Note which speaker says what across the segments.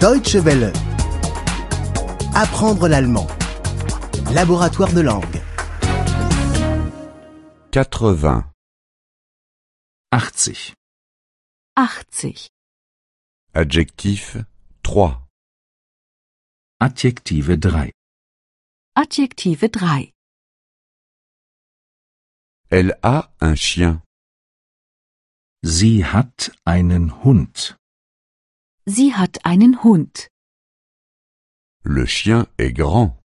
Speaker 1: Deutsche Welle. Apprendre l'allemand. Laboratoire de langue.
Speaker 2: 80,
Speaker 3: 80.
Speaker 4: 80.
Speaker 2: adjectif 3,
Speaker 3: Adjektive 3.
Speaker 4: Adjektive 3.
Speaker 2: elle a un chien.
Speaker 3: Sie hat einen Hund.
Speaker 4: Sie hat einen Hund.
Speaker 2: Le chien est grand.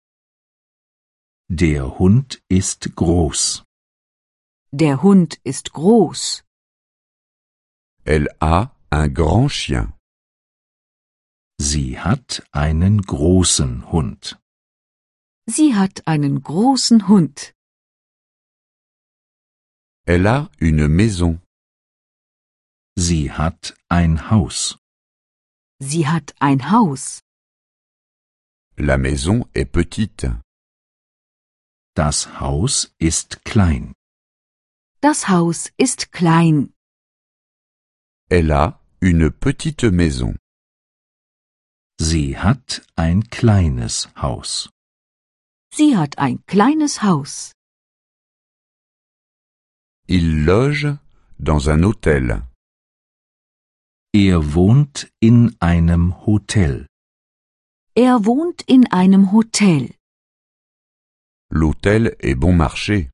Speaker 3: Der Hund ist groß.
Speaker 4: Der Hund ist groß.
Speaker 2: Elle a un grand chien.
Speaker 3: Sie hat einen großen Hund.
Speaker 4: Sie hat einen großen Hund.
Speaker 2: Elle a une maison.
Speaker 3: Sie hat ein Haus.
Speaker 4: Sie hat ein Haus.
Speaker 2: La maison est petite.
Speaker 3: Das Haus ist klein.
Speaker 4: Das Haus ist klein.
Speaker 2: Elle a une petite maison.
Speaker 3: Sie hat ein kleines Haus.
Speaker 4: Sie hat ein kleines Haus.
Speaker 2: Il loge dans un hôtel.
Speaker 3: Er wohnt in einem Hotel.
Speaker 4: Er wohnt in einem Hotel.
Speaker 2: L'hôtel est bon marché.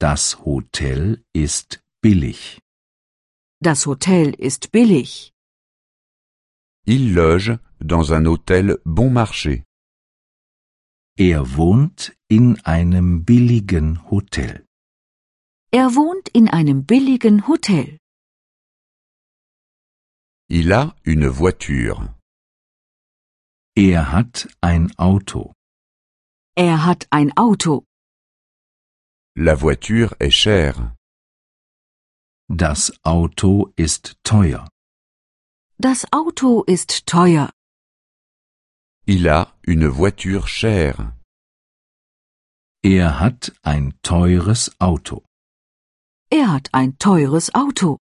Speaker 3: Das Hotel ist billig.
Speaker 4: Das Hotel ist billig.
Speaker 2: Il loge dans un hôtel bon marché.
Speaker 3: Er wohnt in einem billigen Hotel.
Speaker 4: Er wohnt in einem billigen Hotel.
Speaker 2: Il a une voiture.
Speaker 3: Er hat ein Auto.
Speaker 4: Er hat ein Auto.
Speaker 2: La voiture est chère.
Speaker 3: Das Auto ist teuer.
Speaker 4: Das Auto ist teuer.
Speaker 2: Il a une voiture chère.
Speaker 3: Er hat ein teures Auto.
Speaker 4: Er hat ein teures Auto.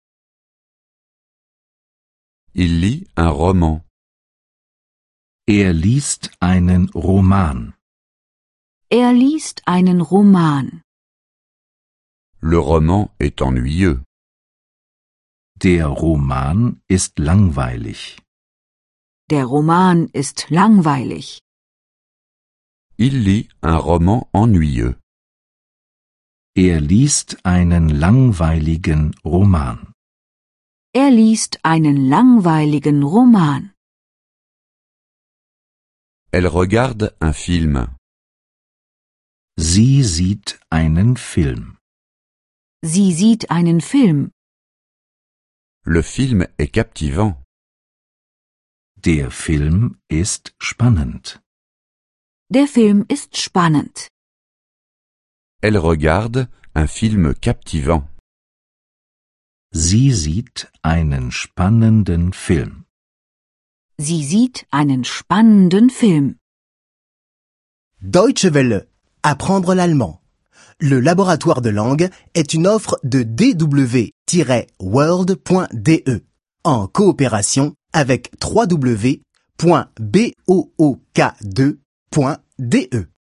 Speaker 2: Il lit un roman.
Speaker 3: Er liest einen Roman.
Speaker 4: Er liest einen Roman.
Speaker 2: Le roman est ennuyeux.
Speaker 3: Der Roman ist langweilig.
Speaker 4: Der Roman ist langweilig.
Speaker 2: Il lit un roman ennuyeux.
Speaker 3: Er liest einen langweiligen Roman.
Speaker 4: Er liest einen langweiligen Roman.
Speaker 2: Elle regarde un film.
Speaker 3: Sie sieht einen Film.
Speaker 4: Sie sieht einen Film.
Speaker 2: Le film est captivant.
Speaker 3: Der Film ist spannend.
Speaker 4: Der Film ist spannend.
Speaker 2: Elle regarde un film captivant.
Speaker 3: Sie sieht einen spannenden Film.
Speaker 4: Sie sieht einen spannenden Film.
Speaker 1: Deutsche Welle. Apprendre l'allemand. Le laboratoire de langue est une offre de dw-world.de e, en coopération avec www.book2.de.